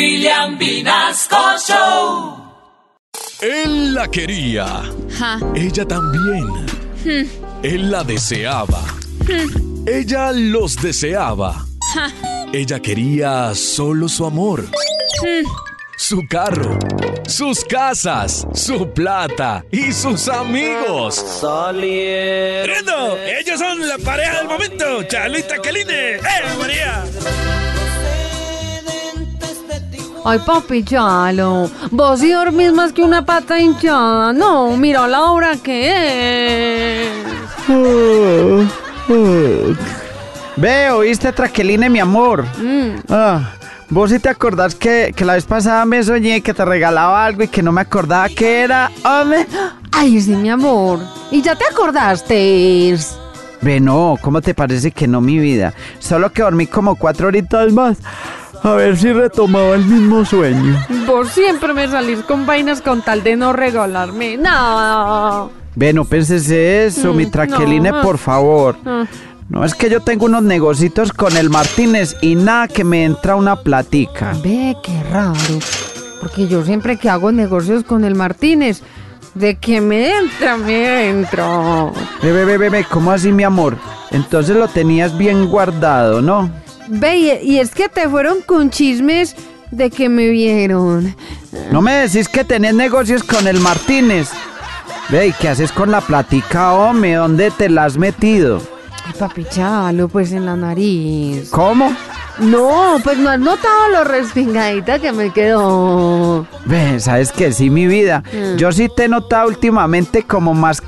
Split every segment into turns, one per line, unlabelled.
William Vinasco Show.
Él la quería.
Ja.
Ella también. Él la deseaba. Ella los deseaba. Ella quería solo su amor. Su carro, sus casas, su plata y sus amigos.
¡Tremendo! Ellos son la pareja del momento. Charlita Keline. ¡Eh, María!
Ay, papi, chalo. Vos y dormís más que una pata hinchada. No, mira la hora que es.
Ve, oíste Traqueline, mi amor.
Mm.
Ah, Vos sí te acordás que, que la vez pasada me soñé que te regalaba algo y que no me acordaba que era. Ah, Hombre.
Ay, sí, mi amor. ¿Y ya te acordaste?
Ve, no, ¿cómo te parece que no, mi vida? Solo que dormí como cuatro horitas más. A ver si retomaba el mismo sueño.
Vos siempre me salís con vainas con tal de no regalarme nada.
Ve, no penses eso, mi
Mm,
Traqueline,
no.
por favor.
Ah,
No, es que yo tengo unos negocitos con el Martínez y nada que me entra una platica.
Ve, qué raro. Porque yo siempre que hago negocios con el Martínez, de que me entra, me entra.
Ve, ve, ve, ve, ve, ¿cómo así, mi amor? Entonces lo tenías bien guardado, ¿no?
Ve, y- y es que te fueron con chismes de que me vieron.
No me decís que tenés negocios con el Martínez. Ve, ¿y qué haces con la platica, hombre? ¿Dónde te la has metido?
Ay, papi, chalo, pues en la nariz.
¿Cómo?
No, pues no has notado lo respingadita que me quedó.
Ve, sabes que sí, mi vida.
Mm.
Yo sí te he notado últimamente como más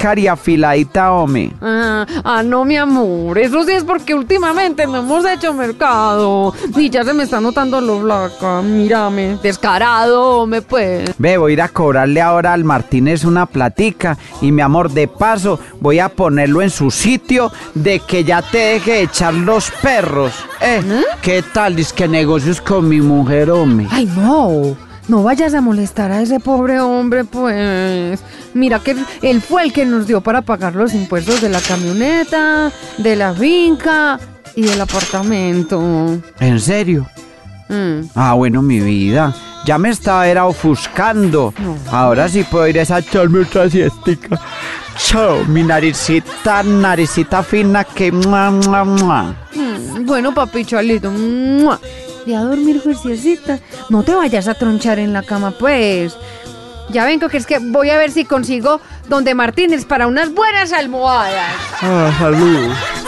cariafiladita, hombre.
Ah, ah, no, mi amor. Eso sí es porque últimamente no hemos hecho mercado. Y ya se me está notando lo blanca. Mírame. Descarado, me pues.
Ve, voy a ir a cobrarle ahora al Martínez una platica. Y mi amor, de paso, voy a ponerlo en su sitio de que ya te deje de echar los perros. Eh, ¿qué tal? Dice que negocios con mi mujer, hombre.
Ay, no. No vayas a molestar a ese pobre hombre, pues. Mira que él fue el que nos dio para pagar los impuestos de la camioneta, de la finca y del apartamento.
¿En serio?
Mm.
Ah, bueno, mi vida. Ya me estaba era ofuscando. Ahora sí puedo ir a echarme otra siestica. Chao, mi naricita, naricita fina que... mua, mua, mua.
Mm, Bueno, papi Chalito, ¡mua! ve a dormir, juiciosita. No te vayas a tronchar en la cama, pues. Ya vengo, que es que voy a ver si consigo donde Martínez para unas buenas almohadas.
Ah, salud.